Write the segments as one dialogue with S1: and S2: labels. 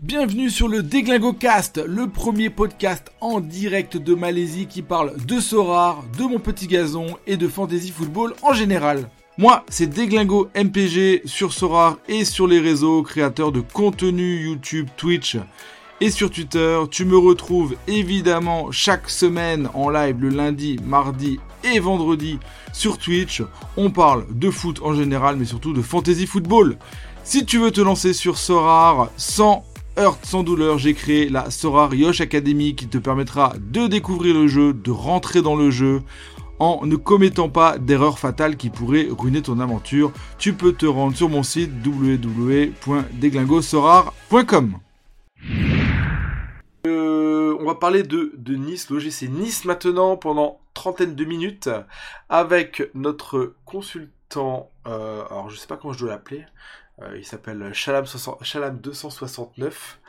S1: Bienvenue sur le Déglingo Cast, le premier podcast en direct de Malaisie qui parle de Sorar, de mon petit gazon et de fantasy football en général. Moi, c'est Déglingo MPG sur Sorar et sur les réseaux, créateur de contenu YouTube, Twitch et sur Twitter. Tu me retrouves évidemment chaque semaine en live le lundi, mardi et vendredi sur Twitch. On parle de foot en général, mais surtout de fantasy football. Si tu veux te lancer sur Sorar sans heurte, sans douleur, j'ai créé la Sorar Yosh Academy qui te permettra de découvrir le jeu, de rentrer dans le jeu en ne commettant pas d'erreurs fatales qui pourraient ruiner ton aventure. Tu peux te rendre sur mon site www.deglingosorar.com. Euh, on va parler de, de Nice, l'OGC Nice maintenant pendant trentaine de minutes avec notre consultant, euh, alors je sais pas comment je dois l'appeler, euh, il s'appelle Shalam, 60 Shalam 269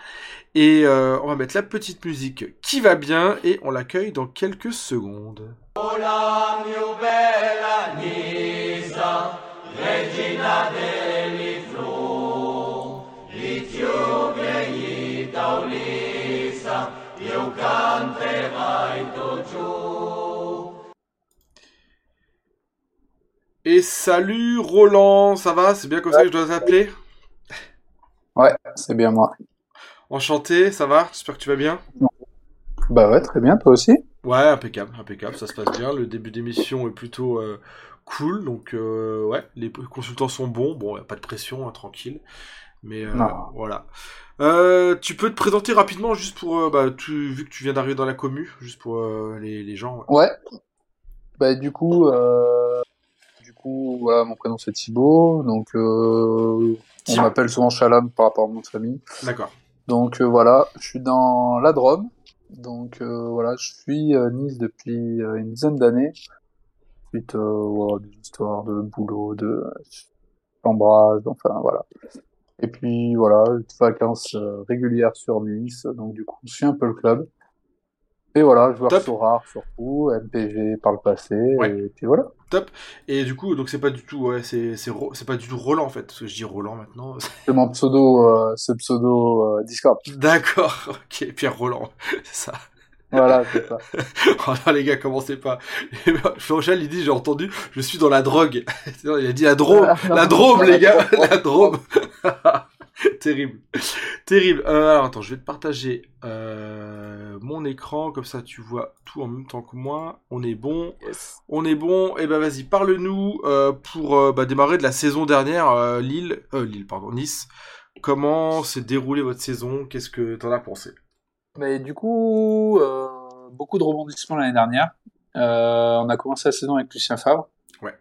S1: et euh, on va mettre la petite musique qui va bien et on l'accueille dans quelques secondes.
S2: Ola mio bella Nisa, regina degli flu, i fiumi e Ulissa, io canterai tu giù.
S1: Et salut Roland, ça va C'est bien comme ça que je dois t'appeler
S3: Ouais, c'est bien moi.
S1: Enchanté, ça va J'espère que tu vas bien
S3: Bah ouais, très bien, toi aussi.
S1: Ouais, impeccable, impeccable, ça se passe bien. Le début d'émission est plutôt euh, cool, donc euh, ouais, les consultants sont bons. Bon, y a pas de pression, hein, tranquille. Mais euh,
S3: Non.
S1: voilà. Euh, tu peux te présenter rapidement, juste pour, euh, bah, tu- vu que tu viens d'arriver dans la commu, juste pour euh, les, les gens. ouais.
S3: Ouais. Bah du coup, euh, du coup, voilà, mon prénom c'est Thibaut, donc euh, on
S1: Thibaut.
S3: m'appelle souvent Chalam par rapport à mon famille.
S1: D'accord.
S3: Donc euh, voilà, je suis dans la Drôme, donc euh, voilà, je suis à Nice depuis euh, une dizaine d'années. Suite euh, voilà, des histoires de boulot, de chambrage, enfin voilà. Et puis voilà, de vacances euh, régulières sur Nice, donc du coup, je suis un peu le club. Et voilà, joueur
S1: Top.
S3: sur rare, surtout, MPG par le passé,
S1: Ouais.
S3: et puis voilà.
S1: Et du coup, donc c'est pas du tout, ouais, c'est c'est Ro- c'est pas du tout Roland en fait, parce que je dis Roland maintenant.
S3: C'est mon pseudo, euh, ce pseudo euh, Discord.
S1: D'accord, ok, Pierre Roland, c'est ça.
S3: Voilà, c'est ça.
S1: Oh non, les gars, commencez pas. Et ben, Jean-Michel, il dit, j'ai entendu, je suis dans la drogue. Non, il a dit la drôme,
S3: Ah, non.
S1: la drôme, les gars, la drôme. Terrible. Terrible. Euh, alors, attends, je vais te partager euh, mon écran, comme ça tu vois tout en même temps que moi. On est bon. On est bon. Et ben vas-y, parle-nous euh, pour euh, bah, démarrer de la saison dernière, euh, Lille, euh, Lille, pardon, Nice. Comment s'est déroulée votre saison Qu'est-ce que t'en as pensé
S3: Mais du coup, euh, beaucoup de rebondissements l'année dernière. Euh, on a commencé la saison avec Lucien Favre.
S1: Ouais.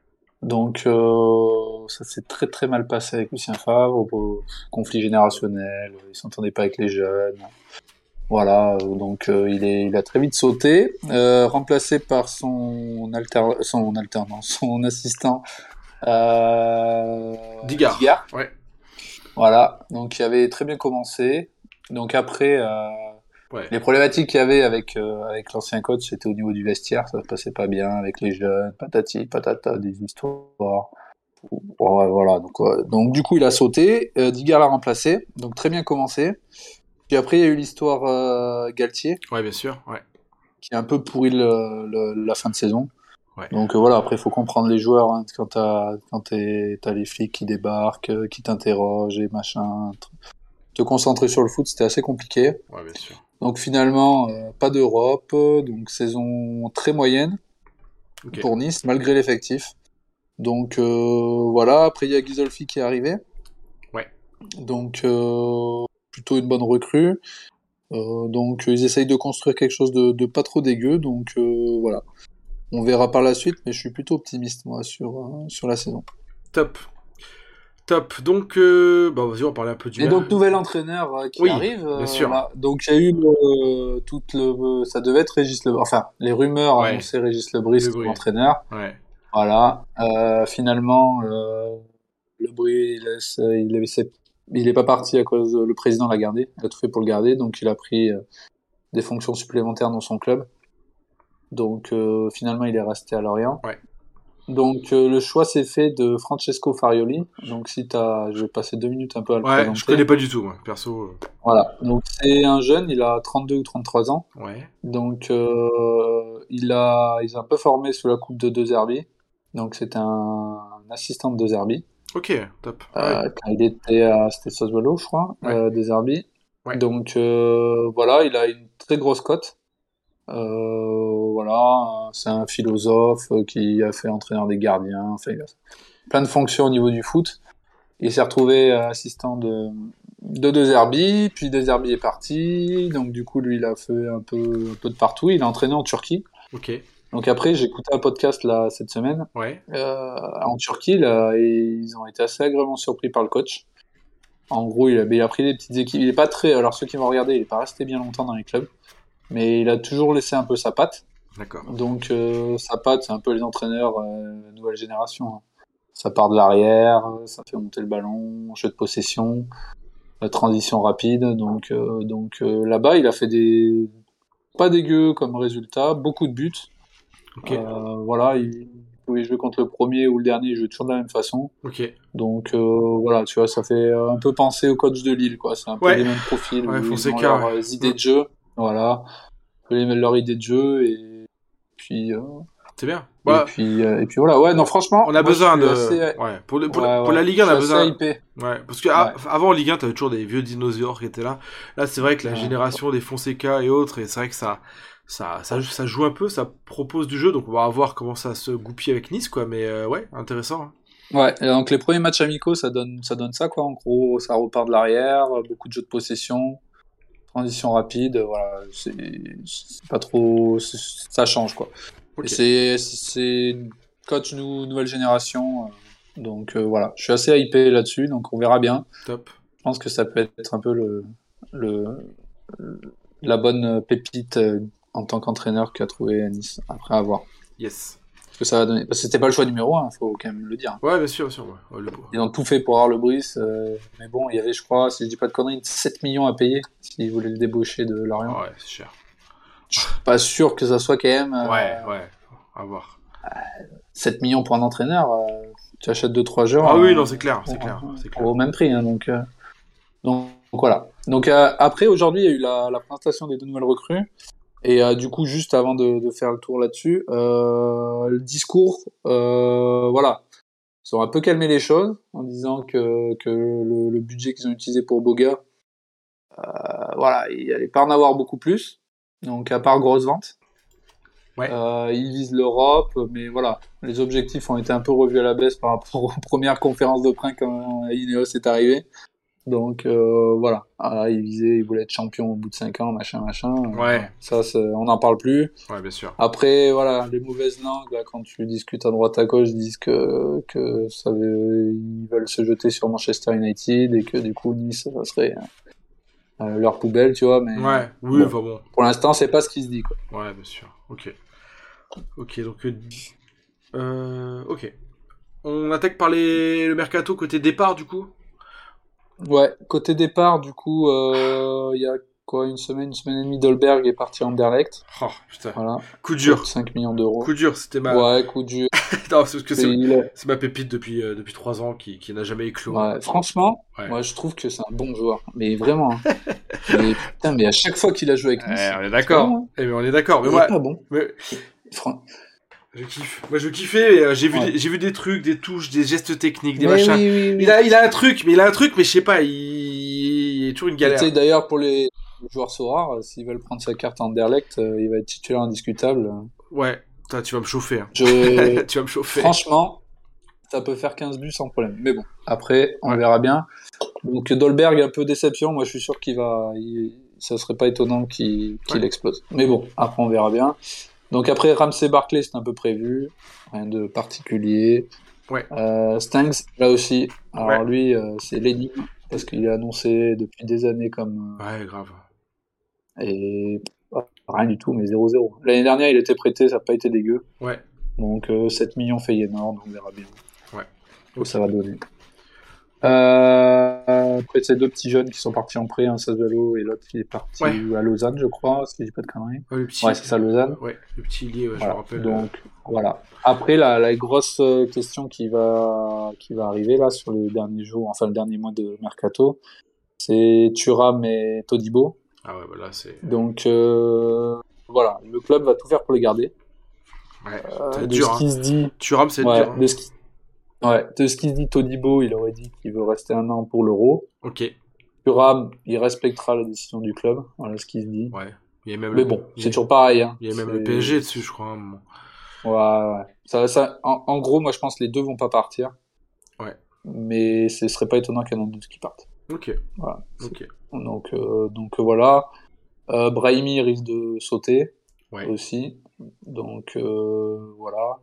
S3: Donc, euh, ça s'est très très mal passé avec Lucien Favre. au- Conflit générationnel, euh, il s'entendait pas avec les jeunes. Voilà, euh, donc euh, il, est, il a très vite sauté, euh, remplacé par son, alter, son alternant, son assistant. Euh,
S1: Digard. Ouais.
S3: Voilà, donc il avait très bien commencé. Donc après, euh,
S1: Ouais.
S3: les problématiques qu'il y avait avec, euh, avec l'ancien coach, c'était au niveau du vestiaire, ça se passait pas bien avec les jeunes, patati, patata, des histoires. Ouais, voilà, donc, ouais. donc du coup il a sauté, euh, Digard l'a remplacé, donc très bien commencé. Puis après il y a eu l'histoire euh, Galtier,
S1: Ouais, bien sûr. Ouais.
S3: qui a un peu pourri le- le- la fin de saison.
S1: Ouais.
S3: Donc euh, voilà, après il faut comprendre les joueurs hein, quand t'as quand t'es- t'as les flics qui débarquent, euh, qui t'interrogent et machin. tr- Te concentrer sur le foot, c'était assez compliqué.
S1: Ouais, bien sûr.
S3: Donc finalement, euh, pas d'Europe, euh, donc saison très moyenne
S1: Ok.
S3: pour Nice, malgré l'effectif. Donc euh, voilà, après il y a Ghisolfi qui est arrivé.
S1: Ouais.
S3: Donc euh, plutôt une bonne recrue. Euh, donc euh, ils essayent de construire quelque chose de, de pas trop dégueu, donc euh, voilà. On verra par la suite, mais je suis plutôt optimiste moi sur, euh, sur la saison.
S1: Top. Top. Donc, euh, bah, vas-y, on va parler un peu du.
S3: Et donc nouvel entraîneur euh, qui
S1: Oui,
S3: arrive. euh,
S1: bien sûr.
S3: voilà. Donc il y a eu le- toute le, euh, ça devait être Régis Le, enfin les rumeurs
S1: Ouais.
S3: annonçaient Régis Lebris
S1: Le
S3: comme
S1: Bris.
S3: entraîneur.
S1: Ouais.
S3: Voilà. Euh, finalement, euh, Lebris, il, laisse- euh, il est, c'est- il est pas parti à cause de- le président l'a gardé, il a tout fait pour le garder, donc il a pris euh, des fonctions supplémentaires dans son club. Donc euh, finalement, il est resté à Lorient.
S1: Ouais.
S3: Donc euh, le choix s'est fait de Francesco Farioli. Donc si t'as, je vais passer deux minutes un peu à le
S1: Ouais,
S3: présenter.
S1: je connais pas du tout, moi, perso. euh.
S3: Voilà. Donc c'est un jeune, il a 32 ou 33 ans.
S1: Ouais.
S3: Donc euh, il a, ils ont un peu formé sous la coupe de De Zerbi. Donc c'est un, assistant de De Zerbi.
S1: Ok, top.
S3: Euh, quand il était à c'était Sassuolo, je crois,
S1: Ouais.
S3: euh, des Herbies.
S1: Ouais.
S3: Donc euh, voilà, il a une très grosse cote. Euh, voilà, c'est un philosophe euh, qui a fait entraîneur des gardiens, enfin, il a plein de fonctions au niveau du foot. Il s'est retrouvé euh, assistant de de De Zerbi, puis De Zerbi est parti, donc du coup lui il a fait un peu, un peu de partout. Il a entraîné en Turquie.
S1: Ok,
S3: Donc après j'ai écouté un podcast là cette semaine
S1: ouais.
S3: euh, en Turquie, là, et ils ont été assez agréablement surpris par le coach. En gros, il a, il a pris des petites équipes. Il est pas très. Alors, ceux qui vont regarder, il est pas resté bien longtemps dans les clubs, mais il a toujours laissé un peu sa patte.
S1: D'accord.
S3: Donc, euh, sa patte, c'est un peu les entraîneurs euh, nouvelle génération. hein. Ça part de l'arrière, ça fait monter le ballon, jeu de possession, la transition rapide. Donc, euh, donc euh, là-bas, il a fait des pas dégueu comme résultat, beaucoup de buts.
S1: Ok,
S3: Euh, voilà, il pouvait jouer contre le premier ou le dernier, il jouait toujours de la même façon.
S1: ok.
S3: Donc euh, voilà, tu vois, ça fait euh, un peu penser au coach de Lille, quoi. C'est un peu
S1: Ouais.
S3: les mêmes profils,
S1: Ouais,
S3: où ils
S1: Fonseca,
S3: ont leurs
S1: ouais.
S3: euh, idées de jeu, voilà, un peu les mêmes- leurs idées de jeu et puis euh,
S1: C'est bien.
S3: et
S1: Voilà.
S3: puis euh, et puis voilà. Ouais, non, franchement,
S1: On a
S3: moi,
S1: besoin
S3: je
S1: de.
S3: suis assez-
S1: Ouais. Pour, le- pour,
S3: ouais,
S1: la- pour
S3: ouais,
S1: la Ligue 1, on a
S3: je suis
S1: besoin.
S3: assez hypé.
S1: Ouais, parce que a-
S3: Ouais.
S1: avant en Ligue 1, t'avais toujours des vieux dinosaures qui étaient là. Là, c'est vrai que la
S3: Ouais.
S1: génération des Fonseca et autres, et c'est vrai que ça, ça, ça, ça joue un peu, ça propose du jeu, donc on va voir comment ça se goupille avec Nice, quoi. Mais euh, ouais, intéressant. hein.
S3: Ouais, et donc les premiers matchs amicaux, ça donne ça, donne ça quoi. En gros, ça repart de l'arrière, euh, beaucoup de jeux de possession, transition rapide, euh, voilà, c'est c'est pas trop, c'est- ça change quoi.
S1: Ok.
S3: Et C'est c'est une coach nou- nouvelle génération, euh, donc euh, voilà, je suis assez hypé là-dessus, donc on verra bien.
S1: Top.
S3: Je pense que ça peut être un peu le, le la bonne pépite euh, en tant qu'entraîneur qu'a trouvé à Nice après avoir.
S1: Yes.
S3: Parce que ça va donner, parce que c'était pas le choix numéro un, faut quand même le dire.
S1: Ouais, bien sûr, bien sûr. ouais. Ouais, le-
S3: Ils ont tout fait pour avoir le Brice, euh, mais bon, il y avait, je crois, si je dis pas de conneries, 7 millions à payer s'ils voulaient le débaucher de Lorient.
S1: Ouais, c'est cher.
S3: Je suis pas sûr que ça soit quand même euh,
S1: Ouais, ouais. À voir.
S3: 7 millions pour un entraîneur. euh, tu achètes 2-3 joueurs.
S1: Ah oui,
S3: euh,
S1: non, c'est clair, c'est
S3: pour-
S1: clair, c'est
S3: pour
S1: clair.
S3: Au même prix, hein, donc, euh, donc, donc voilà. Donc euh, après, aujourd'hui, il y a eu la, la présentation des deux nouvelles recrues. Et euh, du coup, juste avant de, de faire le tour là-dessus, euh, le discours, euh, voilà, ils ont un peu calmé les choses en disant que, que le, le budget qu'ils ont utilisé pour Boga, euh, voilà, il n'allait pas en avoir beaucoup plus. Donc à part grosse vente,
S1: Ouais.
S3: Euh, ils visent l'Europe, mais voilà, les objectifs ont été un peu revus à la baisse par rapport aux premières conférences de print quand euh, Ineos est arrivé. Donc euh, voilà, Ah, là, ils visaient, ils voulaient être champion au bout de 5 ans, machin, machin.
S1: Ouais.
S3: Ça, c'est- on n'en parle plus.
S1: Ouais, bien sûr.
S3: Après, voilà, les mauvaises langues, là, quand tu discutes à droite à gauche, disent que, que ça veut- ils veulent se jeter sur Manchester United et que du coup, Nice, ça serait euh, leur poubelle, tu vois. Mais
S1: Ouais, oui,
S3: Bon.
S1: enfin bon.
S3: pour l'instant, c'est pas ce qui se dit. Quoi.
S1: Ouais, bien sûr. Ok. Ok, donc. euh, euh, ok. On attaque par les... le mercato côté départ, du coup
S3: Ouais, côté départ, du coup, euh, il y a quoi, une semaine, une semaine et demie, Dolberg est parti en direct.
S1: Oh, putain.
S3: Voilà,
S1: Coup dur.
S3: 5 millions d'euros.
S1: Coup dur, c'était ma.
S3: Ouais, coup dur.
S1: Non, parce que c'est
S3: Il est-
S1: c'est ma pépite depuis, euh, depuis 3 ans qui, qui n'a jamais éclos.
S3: Ouais, franchement,
S1: Ouais.
S3: moi je trouve que c'est un bon joueur, mais vraiment. hein. mais, putain, mais à chaque fois qu'il a joué avec Nice,
S1: Eh, on est
S3: c'est pas
S1: d'accord.
S3: bon, hein.
S1: Eh, mais on est d'accord. Mais
S3: Il est
S1: moi,
S3: pas bon.
S1: mais-
S3: Fran-
S1: je kiffe. Moi, je kiffais. mais, euh, J'ai vu,
S3: Ouais.
S1: des- j'ai vu des trucs, des touches, des gestes techniques, des
S3: Mais
S1: machins.
S3: oui, oui, oui.
S1: Il, a, il a un truc, mais il a un truc, mais je sais pas, il... il est toujours une galère.
S3: Tu sais, d'ailleurs, pour les joueurs Sorare, euh, s'ils veulent prendre sa carte en derlect, euh, il va être titulaire indiscutable.
S1: Ouais, Putain, tu vas me chauffer. hein.
S3: Je...
S1: tu vas me chauffer.
S3: Franchement, ça peut faire 15 buts sans problème. Mais bon, après, on verra bien. Donc, Dolberg, un peu déception. Moi, je suis sûr qu'il va. il- Ça serait pas étonnant qu'il qu'il
S1: Ouais.
S3: explose. Mais bon, après, on verra bien. Donc, après, Ramsey Barclay, c'est un peu prévu. Rien de particulier.
S1: Ouais.
S3: Euh, Stanks, là aussi. Alors,
S1: Ouais.
S3: lui, euh, c'est l'énigme. Parce qu'il est annoncé depuis des années comme. euh,
S1: Ouais, grave.
S3: et oh, rien du tout, mais 0-0. L'année dernière, il était prêté, ça n'a pas été dégueu.
S1: Ouais.
S3: Donc euh, 7 millions Feyenoord, on verra bien.
S1: Ouais.
S3: Où ça va donner. Euh, après, c'est deux petits jeunes qui sont partis en prêt, un Sassuolo et l'autre qui est parti
S1: Ouais.
S3: à Lausanne, je crois, si je dis pas de conneries.
S1: Ouais, le petit...
S3: Ouais, c'est ça, Lausanne.
S1: Ouais, le petit lié, ouais, je
S3: Voilà.
S1: me rappelle.
S3: Donc voilà. Après la, la grosse euh, question qui va qui va arriver là sur les derniers jours, enfin le dernier mois de mercato, C'est Thuram et Todibo.
S1: Ah ouais, bah là, c'est
S3: Donc euh, voilà, le club va tout faire pour les garder.
S1: ouais,
S3: Euh,
S1: c'est
S3: de
S1: dur.
S3: ce
S1: hein.
S3: qui se dit,
S1: Thuram, c'est
S3: ouais,
S1: dur. hein.
S3: de ce qui, ouais, de ce qui se dit, Todibo, il aurait dit qu'il veut rester un an pour l'Euro.
S1: Ok,
S3: Thuram, il respectera la décision du club. Voilà ce qui se dit.
S1: ouais. Il y a même
S3: Mais
S1: le...
S3: bon,
S1: il y a-
S3: c'est toujours pareil. hein.
S1: Il y a même
S3: C'est-
S1: le PSG dessus, je crois. à un moment.
S3: Ouais, ouais. Ça, ça, en, en gros, moi, je pense que les deux vont pas partir.
S1: Ouais.
S3: Mais ce serait pas étonnant qu'il y en ait deux qui partent.
S1: Ok.
S3: Voilà.
S1: Ok.
S3: Donc, euh, donc euh, voilà. Euh, Brahimi risque de sauter
S1: Ouais.
S3: aussi. Donc euh, voilà.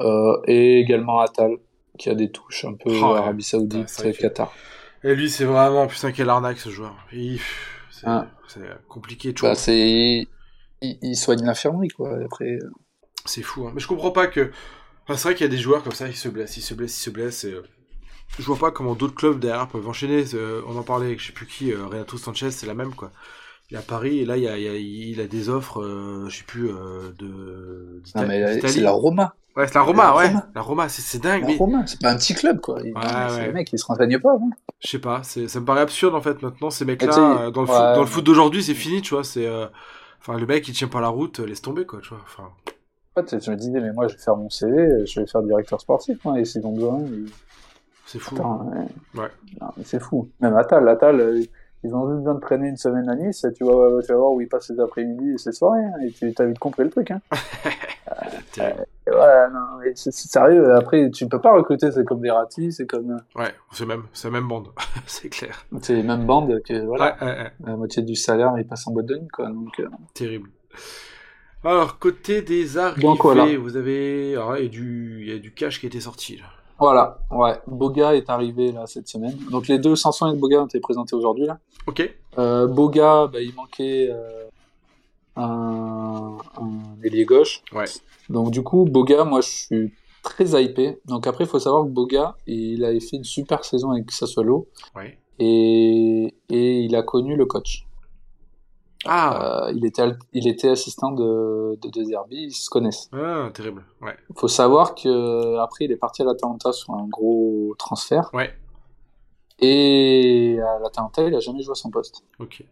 S3: Euh, et également Atal, qui a des touches un peu
S1: Ah ouais.
S3: Arabie
S1: Ouais,
S3: Saoudite,
S1: c'est vrai que-
S3: Qatar.
S1: Et lui, c'est vraiment. Putain, quelle arnaque ce joueur. Il- pff, C'est
S3: Ah.
S1: c'est compliqué, tu
S3: Bah,
S1: vois.
S3: c'est... Il, il soigne l'infirmerie, quoi. Après, euh,
S1: C'est fou. hein. Mais je comprends pas que. Enfin, c'est vrai qu'il y a des joueurs comme ça, ils se blessent, ils se blessent, ils se blessent. Et... euh, Je vois pas comment d'autres clubs derrière peuvent enchaîner. Euh, On en parlait avec je sais plus qui, euh, Renato Sanchez, c'est la même quoi. Il est à Paris et là il, y a, il, y a- il a des offres, euh, je sais plus, euh, de d'Ita-
S3: non, mais là,
S1: d'Italie.
S3: c'est la Roma.
S1: Ouais, c'est la Roma,
S3: la
S1: ouais.
S3: Roma.
S1: La Roma, c'est- c'est dingue.
S3: La
S1: mais-
S3: Roma, c'est pas un petit club, quoi. Il-
S1: Ouais,
S3: c'est
S1: ouais.
S3: Les mecs, ils se renseignent pas. hein.
S1: Je sais pas, c'est- ça me paraît absurde en fait maintenant ces
S3: Et tu sais,
S1: mecs-là euh, dans le
S3: ouais.
S1: foot, dans le foot d'aujourd'hui c'est fini tu vois c'est euh, enfin le mec il tient pas la route euh, laisse tomber quoi tu vois enfin
S3: En fait, je me disais, mais moi, je vais faire mon CV, je vais faire directeur sportif, hein, et s'ils ont besoin, ils-
S1: c'est fou
S3: Putain, ouais.
S1: Ouais.
S3: Non, euh, mais c'est fou. Même Atal, Atal, euh, ils ont juste besoin de traîner une semaine à Nice, et tu vas, tu vas voir où ils passent les après-midi et ses soirées, hein, et tu as vite compris le truc. Hein.
S1: Terrible.
S3: Et voilà, non, mais c'est c'est sérieux, après, tu peux pas recruter, c'est comme des ratis, c'est comme. euh,
S1: ouais c'est même c'est la même bande c'est clair
S3: C'est les mêmes bandes que, voilà,
S1: Ouais, ouais, ouais.
S3: la moitié du salaire, ils passent en boîte de nuit, quoi. Donc, euh,
S1: terrible alors côté des arrivées
S3: Donc, voilà.
S1: vous avez alors, là, il y a du il y a du cash qui a été sorti là.
S3: Voilà, ouais. Boga est arrivé, là, cette semaine. Donc, les deux Sanson et Boga ont été présentés aujourd'hui, là.
S1: ok
S3: Euh, Boga, bah, il manquait euh, un, un ailier gauche.
S1: Ouais.
S3: Donc du coup, Boga, moi je suis très hypé. Donc après, il faut savoir que Boga, il avait fait une super saison avec Sassuolo
S1: ouais
S3: et, et il a connu le coach.
S1: ah,
S3: Euh, il, était, al- il était assistant de, de, De Zerbi, ils se connaissent.
S1: ah, terrible ouais
S3: Il faut savoir que après, il est parti à l'Atalanta sur un gros transfert
S1: ouais
S3: et à l'Atalanta, il a jamais joué à son poste.
S1: ok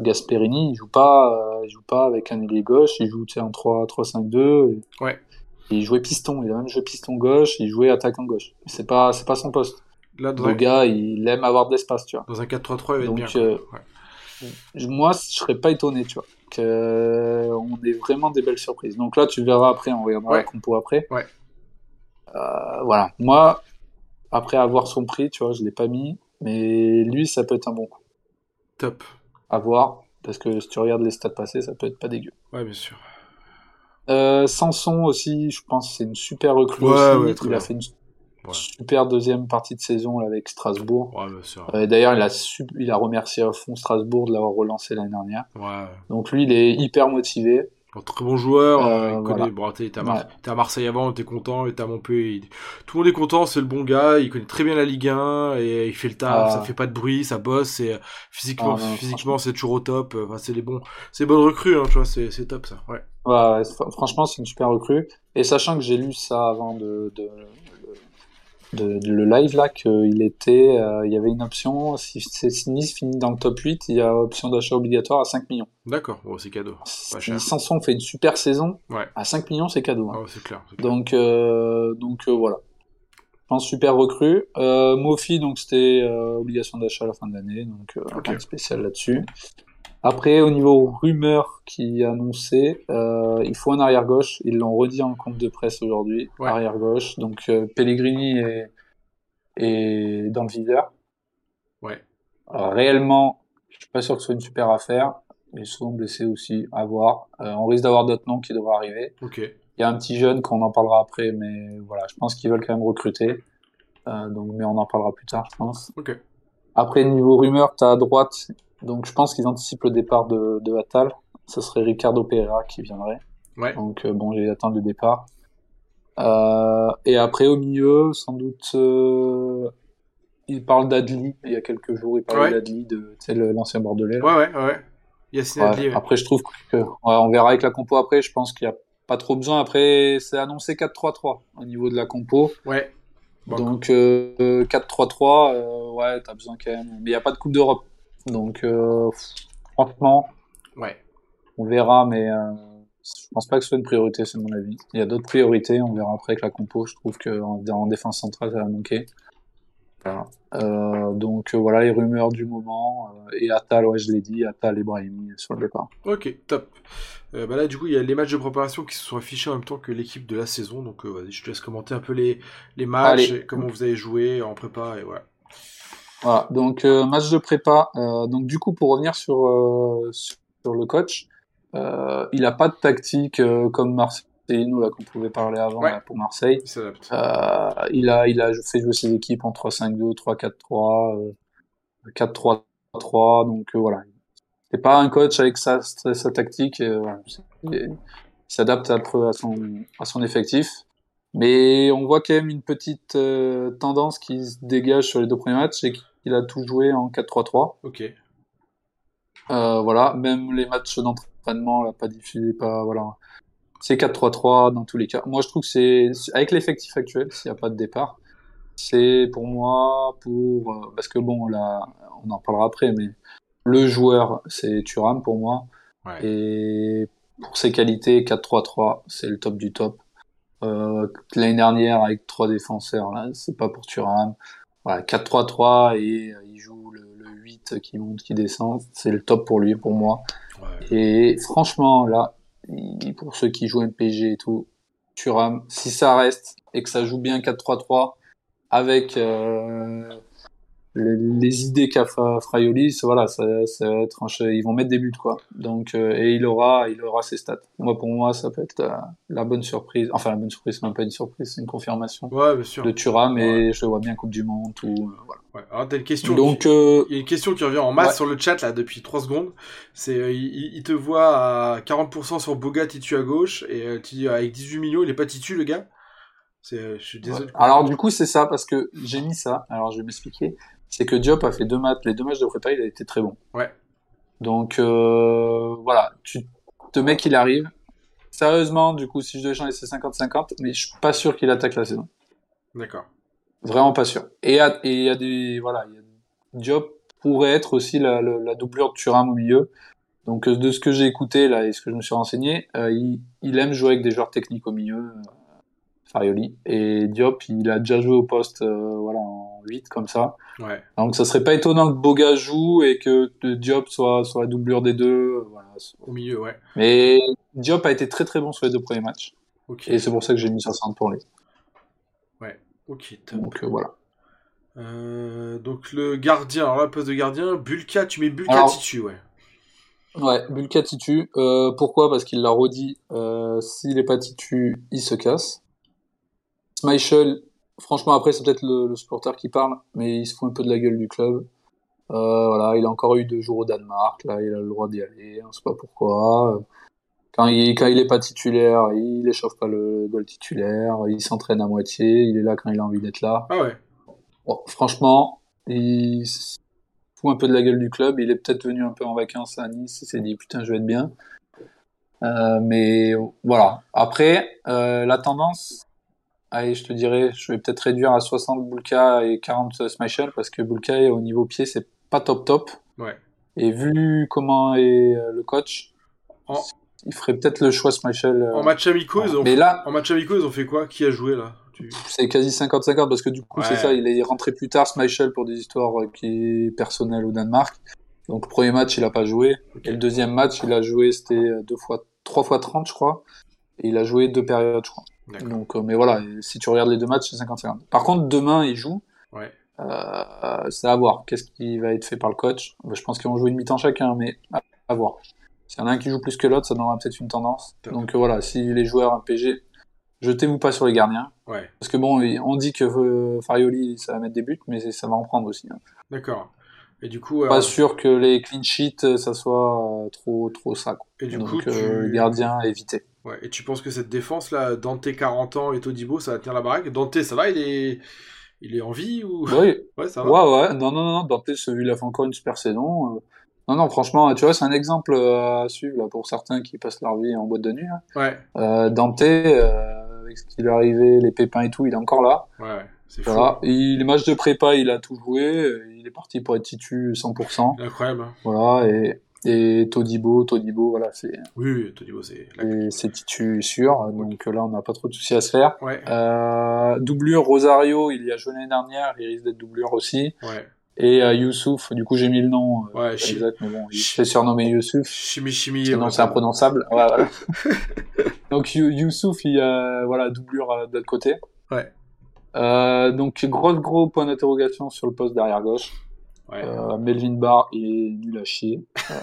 S3: Gasperini, il joue pas, euh, il joue pas avec un ailier gauche, il joue tu sais, en 3-3-5-2. et-
S1: Ouais.
S3: Et il jouait piston, il a même joué piston gauche, il jouait attaquant gauche. C'est pas, c'est pas son poste.
S1: là dans
S3: Le
S1: un,
S3: gars, il aime avoir de l'espace, tu vois.
S1: dans un 4-3-3 il va être
S3: Donc,
S1: bien
S3: euh,
S1: quoi. Ouais.
S3: Je- Moi, je serais pas étonné, tu vois. Que euh, on ait vraiment des belles surprises. Donc là, tu verras après, on regardera
S1: Ouais.
S3: la compo après.
S1: Ouais.
S3: Euh, voilà. Moi, après avoir son prix, tu vois, je l'ai pas mis, mais lui, ça peut être un bon coup.
S1: top
S3: À voir, parce que si tu regardes les stats passés, ça peut être pas dégueu.
S1: ouais bien sûr
S3: Euh, Sanson aussi, je pense que c'est une super recrue
S1: Ouais,
S3: aussi.
S1: ouais, très
S3: il a
S1: bien.
S3: fait une
S1: Ouais.
S3: super deuxième partie de saison là, avec Strasbourg.
S1: ouais bien sûr
S3: Euh, et D'ailleurs, il, a su- il a remercié à fond Strasbourg de l'avoir relancé l'année dernière.
S1: ouais
S3: Donc lui, il est hyper motivé.
S1: Un très bon joueur,
S3: Euh,
S1: euh, il
S3: voilà.
S1: connaît. Bon, t'es t'es à, Mar- t'es à Marseille avant, t'es content, et t'es à Montpellier. il- Tout le monde est content, c'est le bon gars, il connaît très bien la Ligue 1, et il fait le taf,
S3: Ah.
S1: ça fait pas de bruit, ça bosse, et euh, physiquement,
S3: Ah non,
S1: physiquement c'est toujours au top. euh, Enfin, c'est les bons, c'est les bonnes recrues, hein, tu vois, c'est c'est top ça. Ouais.
S3: Ouais, ouais, fr- franchement, c'est une super recrue. Et sachant que j'ai lu ça avant de, de, de- de- le live là, qu'il était, euh, il y avait une option. Si, si Nice finit dans le top 8, il y a option d'achat obligatoire à 5 millions.
S1: D'accord, bon, c'est cadeau. Pas
S3: Si
S1: cher.
S3: Sanson fait une super saison,
S1: Ouais.
S3: à 5 millions, c'est cadeau. hein.
S1: Ah ouais, c'est clair. c'est clair.
S3: Donc, euh, donc euh, voilà. Je pense super recrue. Euh, Mofi, donc c'était euh, obligation d'achat à la fin de l'année, donc euh,
S1: Ok.
S3: rien de spécial là-dessus. Après, au niveau rumeur qui annonçait, euh, il faut un arrière gauche. Ils l'ont redit en compte de presse aujourd'hui.
S1: Ouais.
S3: Arrière gauche. Donc euh, Pellegrini est, est dans le viseur.
S1: Ouais.
S3: Euh, réellement, je suis pas sûr que ce soit une super affaire. Ils sont blessés aussi, à voir. Euh, on risque d'avoir d'autres noms qui devraient arriver.
S1: Ok.
S3: Il y a un petit jeune qu'on en parlera après, mais voilà, je pense qu'ils veulent quand même recruter. Euh, donc, mais on en parlera plus tard, je pense.
S1: Ok.
S3: Après, niveau rumeur, t'as à droite. Donc, je pense qu'ils anticipent le départ de, de Attal. Ce serait Ricardo Pereira qui viendrait.
S1: Ouais.
S3: Donc, euh, bon, j'ai atteint le départ. Euh, et après, au milieu, sans doute, euh, il parle d'Adli. Il y a quelques jours, il parlait
S1: Ouais.
S3: d'Adli, de, tu sais, le- l'ancien Bordelais. là.
S1: Ouais, ouais, ouais. Yacine
S3: Ouais,
S1: Adli, ouais.
S3: Après, je trouve que ouais, on verra avec la compo après. Je pense qu'il n'y a pas trop besoin. Après, c'est annoncé 4-3-3 au niveau de la compo.
S1: Ouais. Bon,
S3: Donc euh, 4-3-3, euh, ouais, t'as besoin quand même. Mais il n'y a pas de Coupe d'Europe. Donc euh, pff, franchement,
S1: Ouais.
S3: on verra, mais euh, je pense pas que ce soit une priorité, c'est mon avis. Il y a d'autres priorités, on verra après avec la compo. Je trouve qu'en en défense centrale, ça va manquer. Voilà. Euh, donc euh, voilà les rumeurs du moment. euh, et Atal, ouais, je l'ai dit, Atal et Brahimi sur le départ.
S1: Ok, top. Euh, bah là, du coup, il y a les matchs de préparation qui se sont affichés en même temps que l'équipe de la saison. Donc, euh, vas-y, je te laisse commenter un peu les, les matchs,
S3: Allez.
S1: et comment vous avez joué en prépa et voilà.
S3: Voilà, donc euh, match de prépa. Euh, donc du coup, pour revenir sur, euh, sur sur le coach, euh, il n'a pas de tactique euh, comme Marcelino, là qu'on pouvait parler avant
S1: Ouais.
S3: là, pour Marseille.
S1: Il s'adapte.
S3: Euh, il, a, il a fait jouer ses équipes en 3-5-2, 3-4-3, euh, 4-3-3. Donc euh, voilà, c'est pas un coach avec sa, sa tactique. euh, voilà. C'est- Il s'adapte un peu à son, à son effectif. Mais on voit quand même une petite euh, tendance qui se dégage sur les deux premiers matchs, c'est qu'il a tout joué en 4-3-3.
S1: Ok.
S3: Euh, voilà, même les matchs d'entraînement, là, pas diffusés, pas, voilà. C'est 4-3-3 dans tous les cas. Moi, je trouve que c'est, c'est- avec l'effectif actuel, s'il n'y a pas de départ, c'est pour moi, pour, euh, parce que bon, là, on en parlera après, mais le joueur, c'est Thuram pour moi.
S1: Ouais.
S3: Et pour ses qualités, 4-3-3, c'est le top du top. Euh, L'année dernière, avec trois défenseurs, là, c'est pas pour Thuram. Voilà, 4-3-3 et euh, il joue le, le 8 qui monte, qui descend. C'est le top pour lui, pour moi.
S1: Ouais.
S3: Et franchement, là, il- pour ceux qui jouent MPG et tout, Thuram, si ça reste et que ça joue bien 4-3-3 avec euh, les, les idées qu'a Fra- Fraioli, ça- voilà, ça, ça va être un che- ils vont mettre des buts quoi. Donc euh, et il aura, il aura ses stats. Moi pour moi, ça peut être la, la bonne surprise. Enfin la bonne surprise, c'est même pas une surprise, c'est une confirmation
S1: Ouais, bien sûr.
S3: de Thuram et je le vois bien Coupe du Monde ou euh, voilà.
S1: Ouais. Alors, t'as une question.
S3: Donc euh,
S1: Il y a une question qui revient en masse
S3: Ouais.
S1: sur le chat là depuis 3 secondes. C'est euh, il, il- il te voit à 40% sur Boga Titu à gauche et euh, tu dis, avec 18 millions, il est pas Titu le gars. C'est euh, je suis désolé.
S3: Ouais. Alors du coup c'est ça parce que j'ai mis ça. Alors je vais m'expliquer. C'est que Diop a fait deux matchs, les deux matchs de prépa, il a été très bon.
S1: Ouais.
S3: Donc euh, voilà, tu te mec il arrive. Sérieusement, du coup, si je devais changer, c'est 50-50, mais je suis pas sûr qu'il attaque la saison.
S1: D'accord.
S3: Vraiment pas sûr. Et à- et il y a des voilà, il y a- Diop pourrait être aussi la, la- la doublure de Thuram au milieu. Donc euh, de ce que j'ai écouté là et ce que je me suis renseigné, euh, il, il aime jouer avec des joueurs techniques au milieu, euh, Farioli. Et Diop, il a déjà joué au poste euh, voilà en 8 comme ça.
S1: Ouais.
S3: Donc ça serait pas étonnant que Boga joue et que euh, Diop soit soit la doublure des deux. euh, voilà.
S1: Au milieu, ouais.
S3: Mais Diop a été très très bon sur les deux premiers matchs
S1: Ok.
S3: et c'est pour ça que j'ai mis 60 pour lui.
S1: Ok. top.
S3: Donc euh, voilà.
S1: Euh, donc le gardien, alors là, poste de gardien, Bulka, tu mets Bulka
S3: Alors-
S1: Titu, ouais.
S3: Ouais, Bulka Titu. Euh, pourquoi Parce qu'il l'a redit, euh, s'il n'est pas Titu, il se casse. Smichel, franchement, après, c'est peut-être le, le supporter qui parle, mais il se fout un peu de la gueule du club. Euh, voilà, il a encore eu deux jours au Danemark, là, il a le droit d'y aller, on sait pas pourquoi. Euh, Quand il, quand il est pas titulaire, il échauffe pas le goal titulaire, il s'entraîne à moitié, il est là quand il a envie d'être là.
S1: Ah ouais.
S3: Bon, franchement, il se fout un peu de la gueule du club. Il est peut-être venu un peu en vacances à Nice. Il s'est dit putain, je vais être bien. Euh, mais voilà. Après, euh, la tendance, allez, je te dirais, je vais peut-être réduire à 60 Bulka et 40 Smashel parce que Bulka au niveau pied, c'est pas top top.
S1: Ouais.
S3: Et vu comment est euh, le coach,
S1: En-
S3: il ferait peut-être le choix Smashel. euh,
S1: En match amicaux,
S3: voilà.
S1: ils ont-
S3: Mais là,
S1: en match amicaux, ils ont fait quoi Qui a joué là Tu-
S3: c'est quasi 50-50 parce que du coup,
S1: Ouais.
S3: c'est ça, il est rentré plus tard, Smichel, pour des histoires euh, qui personnelles au Danemark. Donc, le premier match, il a pas joué. Et le deuxième match, il a joué, c'était euh, deux fois, trois fois 30, je crois. Et il a joué deux périodes, je crois.
S1: D'accord.
S3: Donc, euh, mais voilà, et si tu regardes les deux matchs, c'est 50-50. Par contre, demain, il joue.
S1: Ouais.
S3: Euh, c'est à voir. Qu'est-ce qui va être fait par le coach Bah, Je pense qu'ils vont jouer une mi-temps chacun, hein, mais à, à voir. S'il y en a un qui joue plus que l'autre, ça donnera peut-être une tendance.
S1: Top.
S3: Donc, euh, voilà, si les joueurs MPG, jetez-vous pas sur les gardiens.
S1: Ouais.
S3: Parce que bon, on dit que euh, Farioli, ça va mettre des buts, mais ça va en prendre aussi. hein.
S1: D'accord. Et du coup,
S3: Pas
S1: alors-
S3: sûr que les clean sheets, euh, ça soit euh, trop, trop ça. quoi.
S1: et du
S3: Donc,
S1: coup, tu...
S3: euh, le gardien, éviter.
S1: Ouais, et tu penses que cette défense là, Dante 40 ans et Todibo, ça va tenir la baraque Dante, ça va, il est, il est en vie ou
S3: Bah Oui, ouais,
S1: Ouais, ça va.
S3: ouais. Non, non, non. Dante, celui-là fait encore une super saison. euh. Non, non, franchement, tu vois, c'est un exemple euh, à suivre là, pour certains qui passent leur vie en boîte de nuit. hein.
S1: Ouais,
S3: Euh, Dante, euh, avec ce qui lui est arrivé, les pépins et tout, il est encore là.
S1: ouais, ouais. C'est fou.
S3: Voilà. Et les matchs de prépa, il a tout joué. euh, Il est parti pour être titu 100%.
S1: Incroyable. hein.
S3: Voilà. Et, et Todibo, Todibo, voilà, c'est
S1: Oui, oui, Todibo, c'est. la-
S3: c'est- c'est titu sûr. Donc euh, là, on n'a pas trop de soucis à se faire.
S1: Ouais,
S3: Euh, doublure Rosario, il y a joué l'année dernière, il risque d'être doublure aussi.
S1: ouais.
S3: Et euh, Youssouf, du coup j'ai mis le nom euh,
S1: Ouais, chi-
S3: exact, mais bon, il
S1: chi-
S3: s'est surnommé Youssouf,
S1: chimie, chimie.
S3: sinon
S1: ouais,
S3: c'est imprononçable. Ouais, voilà. donc You- Youssouf, il y a voilà, doublure euh, de l'autre côté.
S1: Ouais.
S3: Euh, donc gros gros point d'interrogation sur le poste derrière gauche.
S1: Ouais,
S3: Euh, Melvin Barr, il est nul à chier, euh,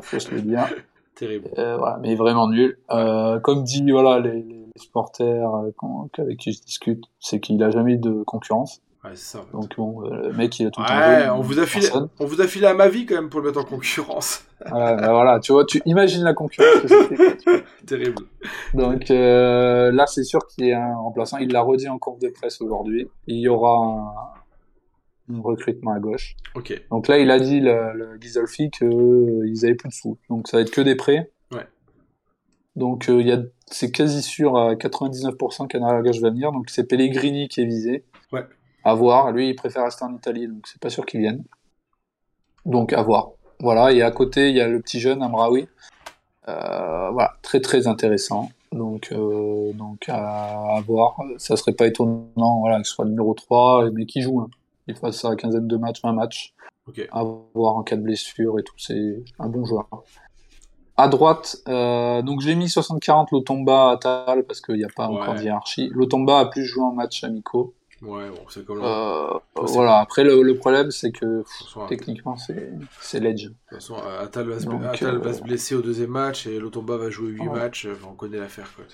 S3: faut se le dire.
S1: terrible.
S3: Euh, voilà, mais vraiment nul. Euh, comme dit voilà les, les supporters euh, qu'on- avec qui je discute, c'est qu'il a jamais eu de concurrence.
S1: Ouais, c'est ça. en fait.
S3: Donc bon, euh, le mec il a tout le temps
S1: Ouais,
S3: joué,
S1: on vous, a filé,
S3: personne.
S1: on vous a filé à ma vie quand même pour le mettre en concurrence.
S3: Ouais, bah voilà, tu vois, tu imagines la concurrence. que c'était, quoi, tu vois.
S1: Terrible.
S3: Donc euh, là, c'est sûr qu'il y a un remplaçant. Il l'a redit en cours de presse aujourd'hui. Il y aura un, un recrutement à gauche.
S1: Ok.
S3: Donc là, il a dit le, le Ghisolfi que euh, ils avaient plus de sous. Donc ça va être que des prêts.
S1: Ouais.
S3: Donc euh, il y a c'est quasi sûr à 99% qu'un arrière gauche va venir. Donc c'est Pellegrini qui est visé.
S1: Ouais.
S3: À voir. Lui, il préfère rester en Italie, donc c'est pas sûr qu'il vienne. Donc à voir. Voilà. Et à côté, il y a le petit jeune Amraoui. Euh, voilà, très très intéressant. Donc euh, donc à, à voir. Ça serait pas étonnant voilà que ce soit le numéro 3 mais qui joue. Hein. Il fasse sa quinzaine de matchs, 20 matchs avoir en cas de blessure et tout. C'est un bon joueur. À droite, euh, donc j'ai mis 60-40 Lotomba à Tal parce qu'il n'y a pas
S1: Ouais.
S3: encore d'hierarchie. Lotomba a plus joué en match amicaux.
S1: Ouais, bon, c'est comme là.
S3: Euh,
S1: Ouais, c'est-
S3: voilà, après le, le problème c'est que pff,
S1: Bonsoir. De
S3: techniquement c'est c'est Ledge.
S1: toute façon, euh, Atal va, se...
S3: Donc,
S1: Attal va
S3: euh, Ah.
S1: se blesser au deuxième match et Lotomba va jouer 8
S3: Ouais.
S1: matchs. Enfin, on connaît l'affaire, quoi.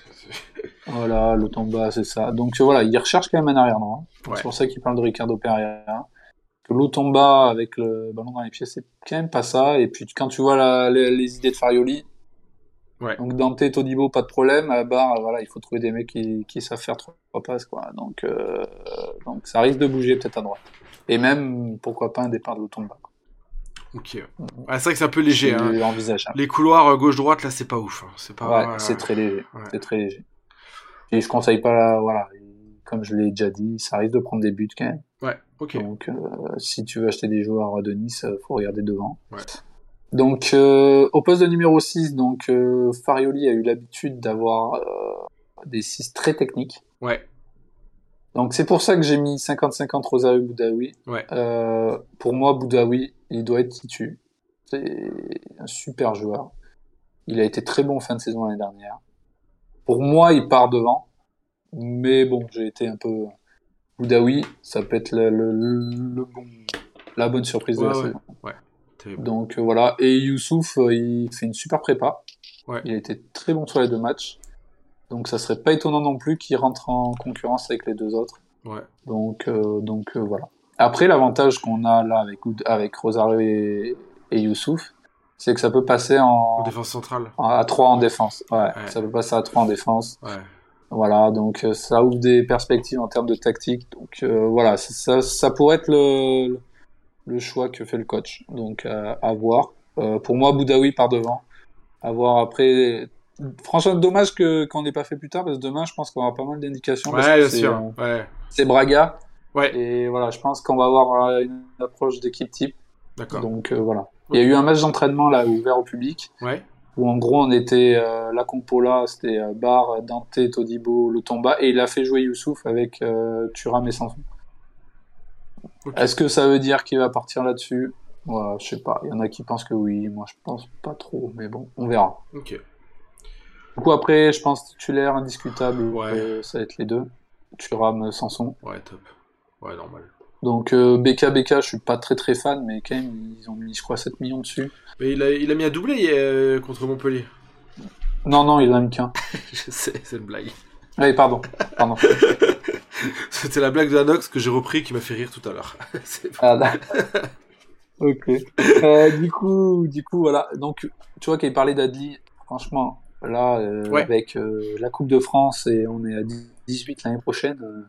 S3: Voilà, Lotomba c'est ça. Donc euh, voilà, il recherche quand même un arrière droit.
S1: Ouais.
S3: C'est pour ça qu'il parle de Ricardo Pereira. Que Lotomba avec le ballon dans les pieds c'est quand même pas ça. Et puis quand tu vois la- les, les idées de Farioli,
S1: Ouais.
S3: Donc Dante, Todibo, pas de problème. À la barre, voilà, il faut trouver des mecs qui, qui savent faire trois passes, quoi. Donc, euh, donc ça risque de bouger peut-être à droite. Et même, pourquoi pas un départ de l'automne.
S1: Ok. Ah, c'est vrai que c'est un peu léger. Hein.
S3: envisageable.
S1: Les couloirs euh, gauche-droite, là, c'est pas ouf. hein. C'est pas.
S3: Ouais, c'est très léger.
S1: Ouais.
S3: C'est très léger. Et je conseille pas, voilà. Comme je l'ai déjà dit, ça risque de prendre des buts quand même.
S1: Ouais, ok.
S3: Donc, euh, si tu veux acheter des joueurs de Nice, euh, faut regarder devant.
S1: Ouais.
S3: Donc, euh, au poste de numéro 6, donc, euh, Farioli a eu l'habitude d'avoir euh, des 6 très techniques.
S1: Ouais,
S3: Donc c'est pour ça que j'ai mis 50-50 Rosario Boudaoui.
S1: Ouais.
S3: Euh, pour moi, Boudaoui, il doit être titu. C'est un super joueur. Il a été très bon en fin de saison l'année dernière. Pour moi, il part devant. Mais bon, j'ai été un peu... Boudaoui, ça peut être le, le- le bon- la bonne surprise de
S1: Ouais,
S3: la
S1: ouais.
S3: saison.
S1: terrible.
S3: Donc euh, voilà. Et Youssouf, euh, il fait une super prépa.
S1: Ouais.
S3: Il a été très bon sur les deux matchs. Donc ça serait pas étonnant non plus qu'il rentre en concurrence avec les deux autres.
S1: Ouais.
S3: Donc, euh, donc euh, voilà. Après, l'avantage qu'on a là avec, Oud- avec Rosario et, et Youssouf, c'est que ça peut passer en,
S1: En défense centrale.
S3: en- à 3 en défense. Ouais,
S1: Ouais.
S3: ça peut passer à 3 en défense.
S1: Ouais.
S3: Voilà, donc euh, ça ouvre des perspectives en termes de tactique. Donc euh, voilà, c'est- ça, ça pourrait être le, le choix que fait le coach. Donc euh, à voir. Euh, pour moi, Boudaoui part devant. À voir après. Franchement, dommage que qu'on n'ait pas fait plus tard parce que demain, je pense qu'on aura pas mal d'indications. parce
S1: Ouais,
S3: que
S1: bien
S3: c'est,
S1: sûr.
S3: euh,
S1: Ouais,
S3: C'est Braga.
S1: ouais.
S3: Et voilà, je pense qu'on va avoir euh, une approche d'équipe type.
S1: d'accord.
S3: Donc euh, voilà. Il y a eu un match d'entraînement là ouvert au public
S1: Ouais,
S3: où en gros on était euh, la compo là, c'était euh, Bar, Dante, Todibo, Lotomba et il a fait jouer Youssouf avec euh, Thuram et Sanson.
S1: Ok.
S3: Est-ce que ça veut dire qu'il va partir là-dessus Voilà, je sais pas. Il y en a qui pensent que oui, moi je pense pas trop, mais bon, on verra.
S1: ok.
S3: Du coup après, je pense titulaire indiscutable,
S1: Ouais.
S3: euh, ça va être les deux, Thuram, Sanson.
S1: Ouais, top. Ouais, normal.
S3: Donc euh, BK BK, je suis pas très très fan, mais quand même ils ont mis je crois 7 millions dessus.
S1: Mais il a, il a mis un doublé euh, contre Montpellier.
S3: Non non, il en a mis qu'un.
S1: Je sais, c'est une blague.
S3: Ah oui, pardon, pardon.
S1: C'était la blague de Anox que j'ai repris qui m'a fait rire tout à l'heure. C'est-
S3: Ah, là. ok. Euh, du coup du coup voilà. Donc tu vois qu'il parlait d'Adli, franchement là euh,
S1: Ouais.
S3: avec euh, la Coupe de France et on est à 18 l'année prochaine. euh,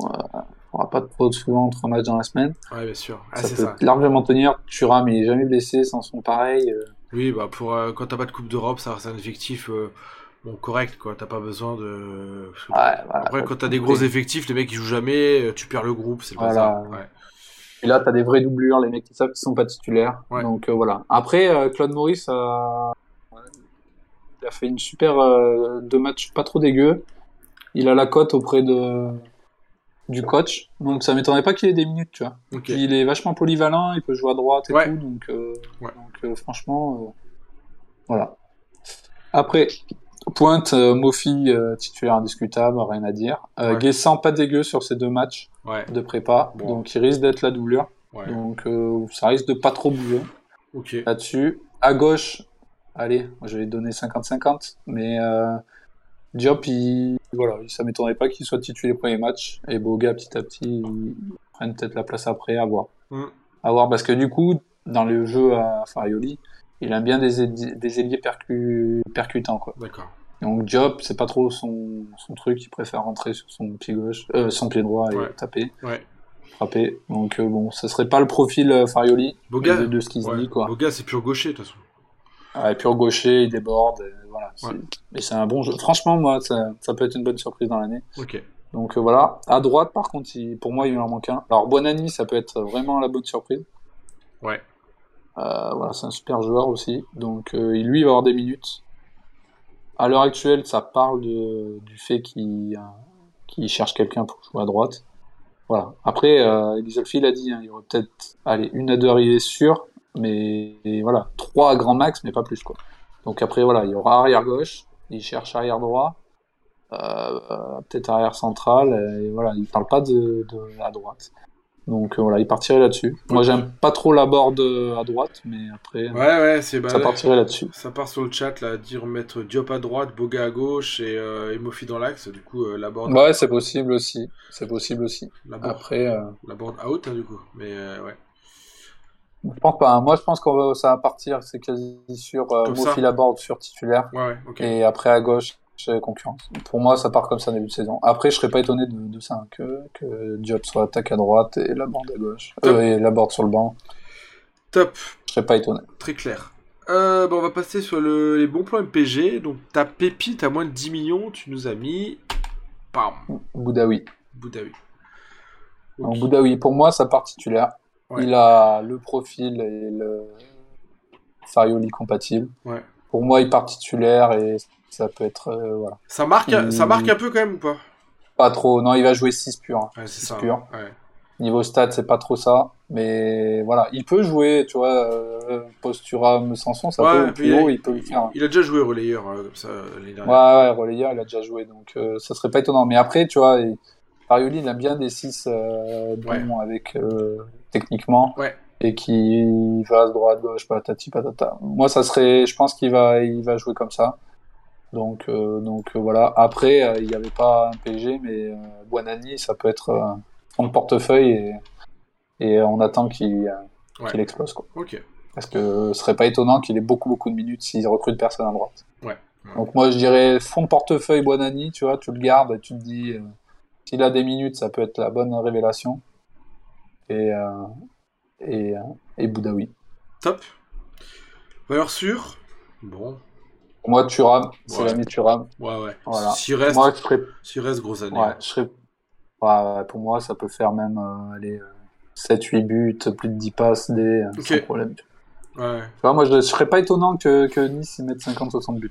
S3: voilà, on aura pas trop souvent trois matchs dans la semaine.
S1: ouais, bien sûr. Ah,
S3: ça
S1: c'est
S3: peut
S1: ça.
S3: largement tenir. Thuram il est jamais blessé, sans son pareil. euh,
S1: Oui, bah, pour, euh, quand t'as pas de Coupe d'Europe, ça reste un effectif euh, Bon, correct, quoi. T'as pas besoin de. parce que-
S3: Ouais, voilà.
S1: Après,
S3: Donc,
S1: quand t'as des gros effectifs, les mecs ils jouent jamais, euh, tu perds le groupe, c'est le
S3: Voilà.
S1: bazar. Ouais.
S3: Et là, t'as des vraies doublures, les mecs qui savent qu'ils sont pas titulaires.
S1: Ouais.
S3: Donc euh, voilà. Après, euh, Claude Maurice a... il a fait une super euh, deux matchs pas trop dégueu. Il a la cote auprès de du coach, donc ça m'étonnerait pas qu'il ait des minutes, tu vois.
S1: Ok.
S3: Puis, il est vachement polyvalent, il peut jouer à droite et
S1: Ouais.
S3: tout, donc, euh,
S1: Ouais.
S3: donc, euh, franchement, euh, voilà. Après, pointe, euh, Mofi euh, titulaire indiscutable, rien à dire. Euh,
S1: Ouais.
S3: Guessant pas dégueu sur ces deux matchs
S1: Ouais.
S3: de prépa,
S1: Bon.
S3: donc il risque d'être la doublure.
S1: Ouais.
S3: Donc euh, ça risque de pas trop bouger
S1: Ok.
S3: là-dessus. À gauche, allez, moi, je vais donner 50-50, mais euh, Diop, il, voilà, ça m'étonnerait pas qu'il soit titulé les premiers matchs, et Boga petit à petit, il prenne peut-être la place après, à voir.
S1: Mm.
S3: À voir, parce que du coup, dans le jeu à Farioli, il aime bien des, aili- des ailiers percu- percutants, quoi.
S1: D'accord.
S3: Donc Diop, c'est pas trop son, son truc, il préfère rentrer sur son pied gauche, euh, son pied droit et
S1: Ouais.
S3: taper,
S1: Ouais.
S3: frapper. Donc euh, bon, ça serait pas le profil euh, Farioli
S1: Boga.
S3: de, de ce qu'il se
S1: ouais.
S3: dit, quoi.
S1: Boga, c'est pur gaucher de toute façon.
S3: Ah, et pur gaucher, il déborde, et voilà. c'est-
S1: Ouais.
S3: Et c'est un bon jeu. Franchement, moi, ça, ça peut être une bonne surprise dans l'année.
S1: Ok.
S3: Donc euh, voilà. À droite, par contre, il- pour moi, il en manque un. Alors Bonani, ça peut être vraiment la bonne surprise.
S1: Ouais.
S3: Euh, voilà, c'est un super joueur aussi. Donc euh, il- lui, il va avoir des minutes. À l'heure actuelle, ça parle de- du fait qu'il euh, qu'il cherche quelqu'un pour jouer à droite. Voilà. Après, euh, Elisolfi l'a dit, hein, il y aurait peut-être allez, une à deux arrivées sûres, mais et voilà, trois à grand max, mais pas plus. quoi. Donc après, voilà, il y aura arrière gauche, il cherche arrière droit, euh, euh, peut-être arrière central, et voilà, il parle pas de, de la droite. Donc euh, voilà, il partirait là-dessus. Moi, j'aime pas trop la board euh, à droite, mais après,
S1: Ouais, ouais, c'est bah,
S3: ça partirait là-dessus.
S1: Ça part sur le chat là, dire mettre Diop à droite, Boga à gauche et, euh, et Mofi dans l'axe. Du coup, euh, la board,
S3: Bah ouais, c'est possible aussi. C'est possible aussi.
S1: la board,
S3: Après, euh,
S1: la board out hein, du coup. Mais euh, ouais.
S3: je pense pas. hein. Moi, je pense qu'on va, ça va partir. C'est quasi sûr. Euh,
S1: Comme ça.
S3: Mofi la board sur titulaire.
S1: Ouais, ouais. Ok.
S3: Et après, à gauche, euh, concurrence. Pour moi, ça part comme ça début de saison. Après, je serais pas étonné de, de ça, hein, que, que Diop soit attaque à droite et la bande à gauche. Euh,
S1: Top.
S3: et la bande sur le banc.
S1: Top.
S3: Je serais pas étonné.
S1: Très clair. Euh, bon, on va passer sur le- les bons plans MPG. Donc, ta pépite à moins de 10 millions, tu nous as mis. Pam.
S3: Boudaoui.
S1: Boudaoui.
S3: Donc,
S1: Ok.
S3: Boudaoui, pour moi, ça part titulaire.
S1: Ouais.
S3: Il a le profil et le Farioli compatible.
S1: Ouais.
S3: Pour moi, il part titulaire et ça peut être, euh, voilà.
S1: Ça marque, ça
S3: Mm.
S1: marque un peu quand même ou pas
S3: Pas trop. Non, il va jouer 6 pur. hein.
S1: Ouais, c'est
S3: C'est
S1: ça.
S3: pur.
S1: Ouais.
S3: Niveau stade, c'est pas trop ça. Mais voilà, il peut jouer, tu vois, euh, Postura, Sanson, ça
S1: Ouais,
S3: peut, au
S1: puis
S3: plus haut, il peut le faire.
S1: Il a déjà joué relayeur euh, comme ça euh, l'année
S3: Ouais,
S1: dernière.
S3: ouais, relayeur, il a déjà joué, donc euh, ça serait pas étonnant. Mais après, tu vois, il- Farioli, il aime bien des 6 bons avec, euh, techniquement.
S1: Ouais.
S3: et qui va à droite, gauche, patati patata. Moi, ça serait, je pense qu'il va, il va jouer comme ça. Donc, euh, donc euh, voilà. Après, euh, il n'y avait pas un PG, mais euh, Buonanni, ça peut être euh, son portefeuille et, et on attend qu'il euh,
S1: Ouais.
S3: qu'il explose. Quoi.
S1: Ok.
S3: Parce que euh, ce serait pas étonnant qu'il ait beaucoup, beaucoup de minutes s'il recrute personne à droite.
S1: Ouais. Ouais.
S3: Donc, moi, je dirais fond de portefeuille Buonanni, tu vois, tu le gardes et tu te dis, euh, s'il a des minutes, ça peut être la bonne révélation. Et, euh, et, euh, et Boudaoui.
S1: Top. Valeur sûre. Bon.
S3: Pour Moi, Thuram, c'est
S1: Ouais.
S3: l'ami Thuram.
S1: Ouais, ouais.
S3: Voilà.
S1: S'il reste,
S3: Moi, je serais...
S1: s'il reste, grosse année.
S3: ouais, je serais- ouais, ouais, pour moi, ça peut faire même euh, 7-8 buts, plus de 10 passes, des, euh,
S1: Ok.
S3: sans problème. Tu
S1: Ouais.
S3: vois, moi, je, je serais pas étonnant que, que Nice y mette 50-60 buts.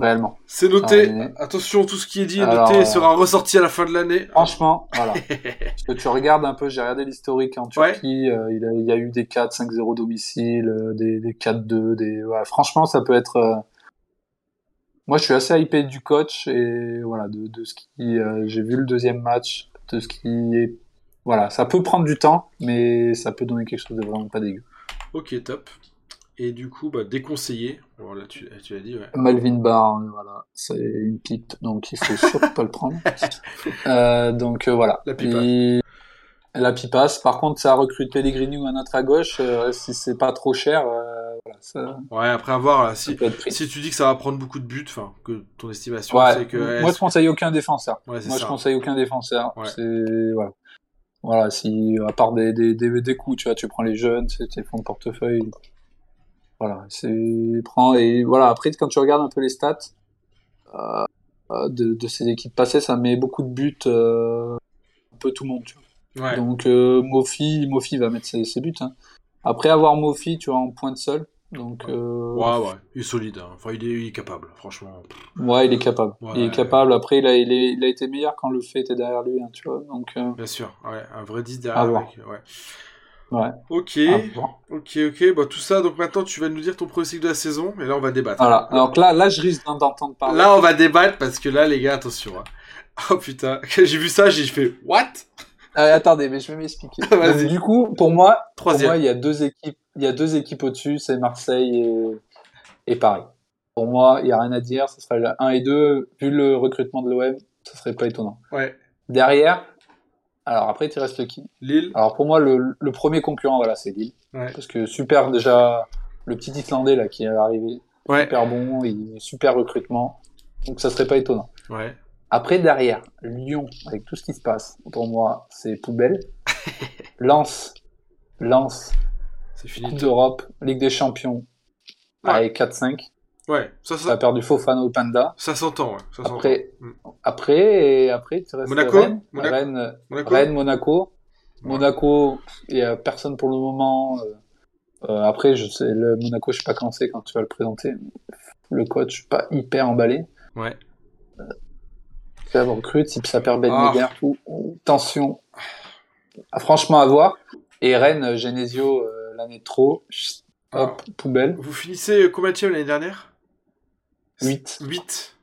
S3: Réellement.
S1: C'est noté.
S3: Ah, Ouais.
S1: Attention, tout ce qui est dit est
S3: Alors,
S1: noté et
S3: euh,
S1: sera ressorti à la fin de l'année.
S3: Franchement, voilà. Parce que tu regardes un peu, j'ai regardé l'historique en
S1: Ouais.
S3: Turquie, euh, il, a- il y a eu des 4-5-0 domicile, euh, des, des 4-2, des... ouais, franchement, ça peut être... euh, Moi, je suis assez hypé du coach et voilà, de, de ce qui... euh, j'ai vu le deuxième match, de ce qui est... Voilà, ça peut prendre du temps, mais ça peut donner quelque chose de vraiment pas dégueu.
S1: Ok, top. Et du coup, bah, déconseillé. Bon, là, tu, tu l'as dit, ouais.
S3: Malvin Barr, euh, voilà, c'est une pipe, donc il faut surtout pas le prendre. Euh, donc euh, voilà.
S1: La pipasse.
S3: Et- La pipasse. Par contre, ça recrute Pellegrini ou un autre à gauche. euh, si c'est pas trop cher, euh, voilà, ça,
S1: Ouais, après avoir, là,
S3: ça
S1: si,
S3: peut être pris.
S1: si tu dis que ça va prendre beaucoup de buts, enfin, que ton estimation,
S3: Ouais.
S1: c'est que. ouais,
S3: Moi, je conseille aucun défenseur.
S1: ouais, c'est
S3: Moi,
S1: ça.
S3: je conseille aucun défenseur.
S1: Ouais.
S3: C'est voilà. Voilà, si à part des, des, des, des coups, tu vois, tu prends les jeunes, c'est tes fonds de portefeuille. Voilà, c'est prends et voilà. Après, quand tu regardes un peu les stats, euh, de, de ces équipes passées, ça met beaucoup de buts euh, un peu tout le monde. Tu vois.
S1: Ouais.
S3: Donc euh, Mofi, Mofi va mettre ses, ses buts. hein. Après avoir Mofi, tu vois, en pointe seule. Donc euh,
S1: Ouais, ouais, il est solide. hein. Enfin, il est, il est capable, franchement.
S3: ouais, il est capable.
S1: Ouais.
S3: Il est capable. Après, il a, il, est- il a été meilleur quand le fait était derrière lui, hein, tu vois. Donc euh,
S1: Bien sûr, ouais, un vrai 10
S3: À
S1: derrière.
S3: voir.
S1: mec, ouais.
S3: Ouais.
S1: Ok,
S3: à voir.
S1: ok, ok. Bah, tout ça, donc maintenant, tu vas nous dire ton pronostic de la saison, et là, on va débattre. Hein.
S3: Voilà. Alors que là, là, je risque d'en- d'entendre parler.
S1: Là, on va débattre, parce que là, les gars, attention. hein. Oh putain, j'ai vu ça, j'ai fait What
S3: Ah, attendez, mais je vais m'expliquer.
S1: Vas-y.
S3: Donc, Du coup, pour moi, Pour
S1: Troisième.
S3: moi, il y a deux équipes, il y a deux équipes au-dessus, c'est Marseille et, et Paris. Pour moi, il n'y a rien à dire, ce serait le 1 et 2. Vu le recrutement de l'OM, ce serait pas étonnant.
S1: Ouais.
S3: Derrière, alors après, il reste qui
S1: Lille.
S3: Alors pour moi, le, le premier concurrent, voilà, c'est Lille.
S1: Ouais.
S3: Parce que super, déjà, le petit Islandais là, qui est arrivé,
S1: Ouais.
S3: super bon, il, super recrutement. Donc ça serait pas étonnant.
S1: Ouais.
S3: Après, derrière, Lyon, avec tout ce qui se passe, pour moi, c'est poubelle. Lens, Lens,
S1: C'est
S3: Coupe
S1: fini.
S3: d'Europe, Ligue des Champions,
S1: Ouais.
S3: allez 4-5.
S1: Ouais, ça,
S3: Ça a
S1: ça,
S3: perdu Fofana au Panda.
S1: ça s'entend, ouais. Ça s'entend.
S3: Après,
S1: Mm.
S3: après, et après, tu restes
S1: Monaco
S3: Rennes,
S1: Monaco
S3: Rennes,
S1: Monaco
S3: Rennes, Monaco.
S1: Ouais.
S3: Monaco, il n'y a personne pour le moment. Euh, euh, après, je sais, le Monaco, je sais pas quand c'est, quand tu vas le présenter. Le coach, je suis pas hyper emballé.
S1: Ouais.
S3: Ça recrute, si ça perd Ben
S1: Ah.
S3: Yedder, tout. Tension. Ah, franchement, à voir. Et Rennes, Genesio, euh, l'année de trop. Chut, Hop, poubelle.
S1: Ah. Vous finissez euh, combien de l'année dernière
S3: 8.
S1: 8.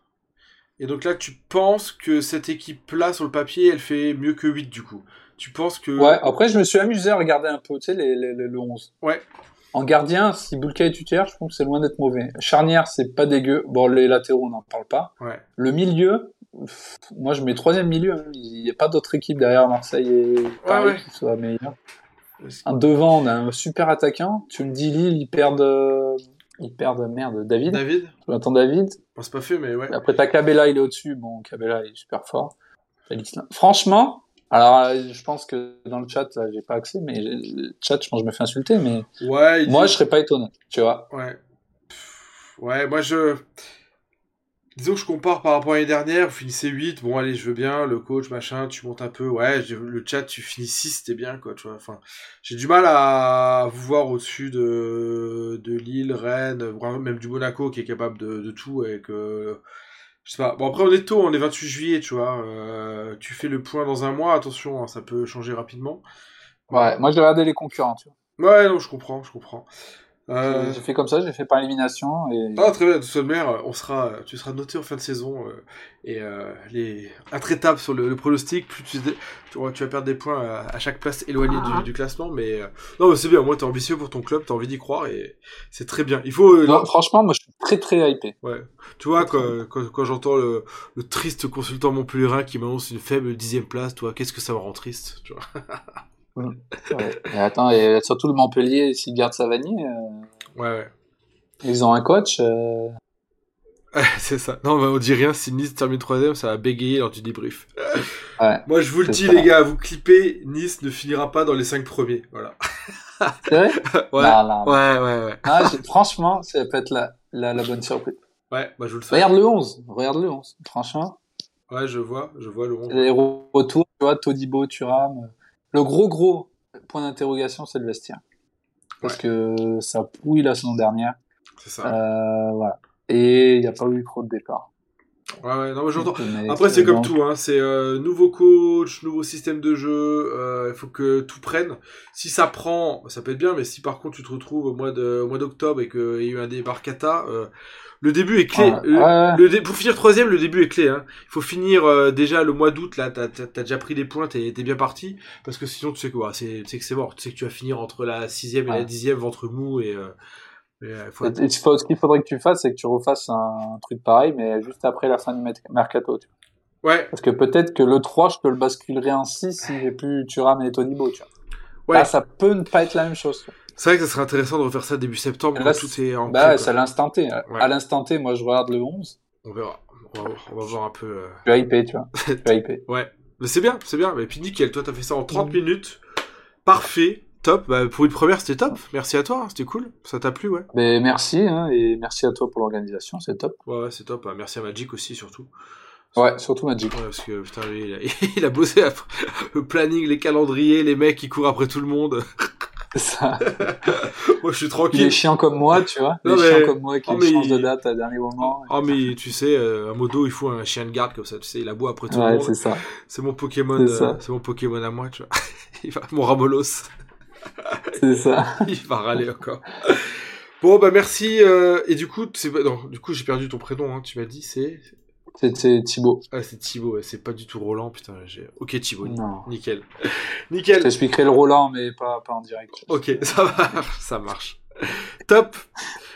S1: Et donc là, tu penses que cette équipe-là, sur le papier, elle fait mieux que 8 du coup. Tu penses que.
S3: Ouais, après, je me suis amusé à regarder un peu, tu sais, les, les- les- le 11.
S1: Ouais.
S3: En gardien, si Boulka est titulaire, je pense que c'est loin d'être mauvais. Charnière, c'est pas dégueu. Bon, les latéraux, on n'en parle pas.
S1: Ouais.
S3: Le milieu, pff, moi, je mets troisième milieu. hein. Il n'y a pas d'autre équipe derrière Marseille et Paris
S1: ouais.
S3: qui soit meilleure. En devant, on a un super attaquant. Tu me dis Lille, ils perdent... euh, Ils perdent, merde, David.
S1: David
S3: Tu m'entends, David
S1: Bon, c'est pas fait, mais ouais.
S3: après, t'as Cabella, il est au-dessus. Bon, Cabella, il est super fort. Félix Lin- Franchement, alors, euh, je pense que dans le chat, là, j'ai pas accès, mais j'ai- le chat, je pense que je me fais insulter, mais
S1: Ouais, il
S3: moi,
S1: dit-
S3: je serais pas étonné, tu vois.
S1: Ouais. Pff, Ouais, moi je. Disons que je compare par rapport à l'année dernière, vous finissez 8, bon allez, je veux bien, le coach, machin, tu montes un peu, ouais, je- le chat, tu finis 6, t'es bien, quoi, tu vois. Enfin, j'ai du mal à vous voir au-dessus de, de Lille, Rennes, voire même du Monaco qui est capable de, de tout et que. Je sais pas. Bon, après, on est tôt, on est 28 juillet, tu vois. euh, tu fais le point dans un mois, attention, hein, ça peut changer rapidement.
S3: Ouais, moi, je vais regarder les concurrents, tu vois.
S1: Ouais, non, je comprends, je comprends. Euh,
S3: J'ai- J'ai fait comme ça, j'ai fait par élimination, et
S1: Ah très bien, de sommaire, on sera, euh, tu seras noté en fin de saison euh, et euh, les intraitable sur le, le pronostic, plus tu, tu, vas- tu vas perdre des points à, à chaque place éloignée du, du classement, mais euh, non mais c'est bien, moi t'es ambitieux pour ton club, t'as envie d'y croire et c'est très bien. Il faut, euh,
S3: Non, franchement, moi, je suis très, très hypé.
S1: ouais, tu vois quand, quand, quand j'entends le, le triste consultant Montpellierin qui m'annonce une faible dixième place, toi qu'est-ce que ça me rend triste, tu vois
S3: Ouais. Et attends, et surtout le Montpellier, s'ils gardent Savani, euh,
S1: Ouais ouais.
S3: ils ont un coach. euh,
S1: Ouais, c'est ça. Non, mais on dit rien. Si Nice termine troisième, ça va bégayer lors du débrief.
S3: Ouais,
S1: Moi, je vous le
S3: c'est
S1: dis,
S3: ça.
S1: les gars, vous clippez. Nice ne finira pas dans les cinq premiers. Voilà.
S3: C'est vrai
S1: Ouais.
S3: Non, non, non.
S1: Ouais, ouais, ouais.
S3: Ah, j'ai- franchement, ça peut être la, la, la bonne surprise.
S1: Ouais, bah, je vous le souhaite.
S3: Regarde le 11, regarde le 11, franchement.
S1: Ouais, je vois, je vois le rond.
S3: les re- retours, tu vois, Todibo, Thuram. euh, Le gros, gros point d'interrogation, c'est le vestiaire. Parce que ça pourrit la saison dernière.
S1: C'est ça.
S3: Euh, voilà. Et il n'y a pas eu trop de départ.
S1: Ouais, ouais, non, mais j'entends.
S3: Mais
S1: Après, c'est comme
S3: donc,
S1: tout, hein. C'est euh, nouveau coach, nouveau système de jeu. euh, Il faut que tout prenne. Si ça prend, ça peut être bien. Mais si par contre tu te retrouves au mois de, au mois d'octobre et qu'il y a eu un débarcata, euh, le début est clé.
S3: ouais,
S1: Le-
S3: ouais,
S1: Le dé- pour finir troisième, le début est clé. hein. Il faut finir euh, déjà le mois d'août. Là, t'as t'as- t'as déjà pris des points, t'es t'es bien parti. Parce que sinon, tu sais que ouais, c'est tu sais que c'est mort. Tu sais que tu vas finir entre la sixième et la
S3: Ouais.
S1: dixième ventre mou et. euh, et, euh, faut-
S3: Et- et faut- ce qu'il faudrait que tu fasses, c'est que tu refasses un truc pareil, mais juste après la fin du mer- mercato. tu vois.
S1: Ouais,
S3: Parce que peut-être que le 3, je te le basculerai en 6 si j'ai plus Thuram et Todibo. Tu vois.
S1: Ouais.
S3: Là, ça peut ne pas être la même chose. tu vois.
S1: c'est vrai que ça serait intéressant de refaire ça début septembre
S3: Là,
S1: quand
S3: c'est-
S1: tout est en
S3: Bah,
S1: clé,
S3: c'est à
S1: quoi.
S3: l'instant T.
S1: Ouais.
S3: À l'instant T, moi, je regarde le 11.
S1: On verra. On va, voir- on va voir un peu. euh.
S3: Je suis hypé, tu vois. Je suis hypé.
S1: Ouais, mais c'est bien, c'est bien. Et puis nickel. Toi, t'as fait ça en 30
S3: Mm.
S1: minutes. Parfait. Top, bah, pour une première, c'était top. Merci à toi, hein. c'était cool. Ça t'a plu, ouais.
S3: Mais merci, hein, et merci à toi pour l'organisation, c'est top.
S1: Ouais, ouais, c'est top. Ah, Merci à Magic aussi, surtout.
S3: Ouais, surtout Magic.
S1: Ouais, parce que putain, lui, il a, il a bossé après le planning, les calendriers, les mecs qui courent après tout le monde.
S3: Ça.
S1: Moi, je suis
S3: Il est
S1: tranquille.
S3: chiant comme moi, tu vois. Il
S1: Non,
S3: est
S1: mais-
S3: chiant comme moi qui
S1: Oh, mais
S3: change de
S1: il-
S3: date à dernier moment.
S1: Ah, mais tu sais, euh, un modo, il faut un chien de garde comme ça, tu sais, il aboie après tout le
S3: Ouais,
S1: monde.
S3: c'est ça.
S1: C'est mon Pokémon,
S3: C'est
S1: euh,
S3: ça.
S1: c'est mon Pokémon à moi, tu vois. Il va, mon Ramolos,
S3: C'est ça.
S1: il va râler encore. Bon, bah merci. euh, et du coup, c'est pas- non, du coup, j'ai perdu ton prénom. Hein, tu m'as dit, c'est
S3: C'était Thibaut.
S1: ah, c'est Thibaut. ouais, C'est pas du tout Roland, putain. j'ai- Ok, Thibaut. ni-
S3: Non.
S1: Nickel,
S3: Je
S1: nickel.
S3: t'expliquerai le Roland, mais pas, pas en direct.
S1: Ok, ça marche, ça marche. Top.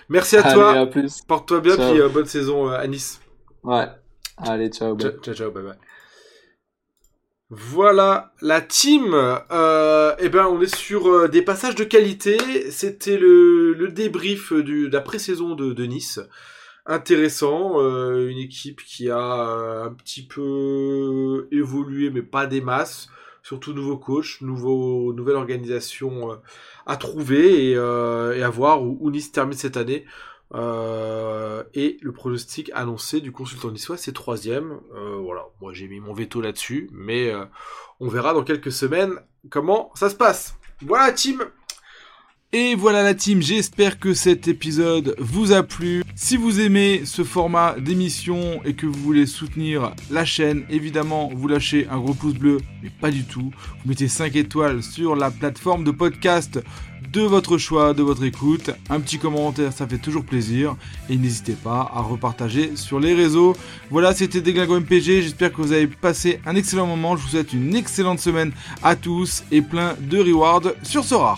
S1: Merci à
S3: Allez,
S1: toi.
S3: à plus.
S1: Porte-toi bien,
S3: Ciao.
S1: puis euh, bonne saison euh, à Nice.
S3: Ouais. Allez, ciao. bye.
S1: Ciao, ciao, ciao, bye bye. Voilà la team. Euh, eh ben, on est sur euh, des passages de qualité. C'était le, le débrief du, de la pré-saison de, de Nice. Intéressant, euh, une équipe qui a euh, un petit peu évolué, mais pas des masses. Surtout nouveau coach, nouveau, nouvelle organisation euh, à trouver et, euh, et à voir où, où Nice termine cette année. Euh, et le pronostic annoncé du consultant niçois, c'est troisième. Euh, voilà, moi j'ai mis mon veto là-dessus, mais euh, on verra dans quelques semaines comment ça se passe. Voilà, team. Et voilà la team, j'espère que cet épisode vous a plu. Si vous aimez ce format d'émission et que vous voulez soutenir la chaîne, évidemment, vous lâchez un gros pouce bleu, mais pas du tout. Vous mettez 5 étoiles sur la plateforme de podcast de votre choix, de votre écoute. Un petit commentaire, ça fait toujours plaisir. Et n'hésitez pas à repartager sur les réseaux. Voilà, c'était Déglingo MPG. J'espère que vous avez passé un excellent moment. Je vous souhaite une excellente semaine à tous et plein de rewards sur Sora.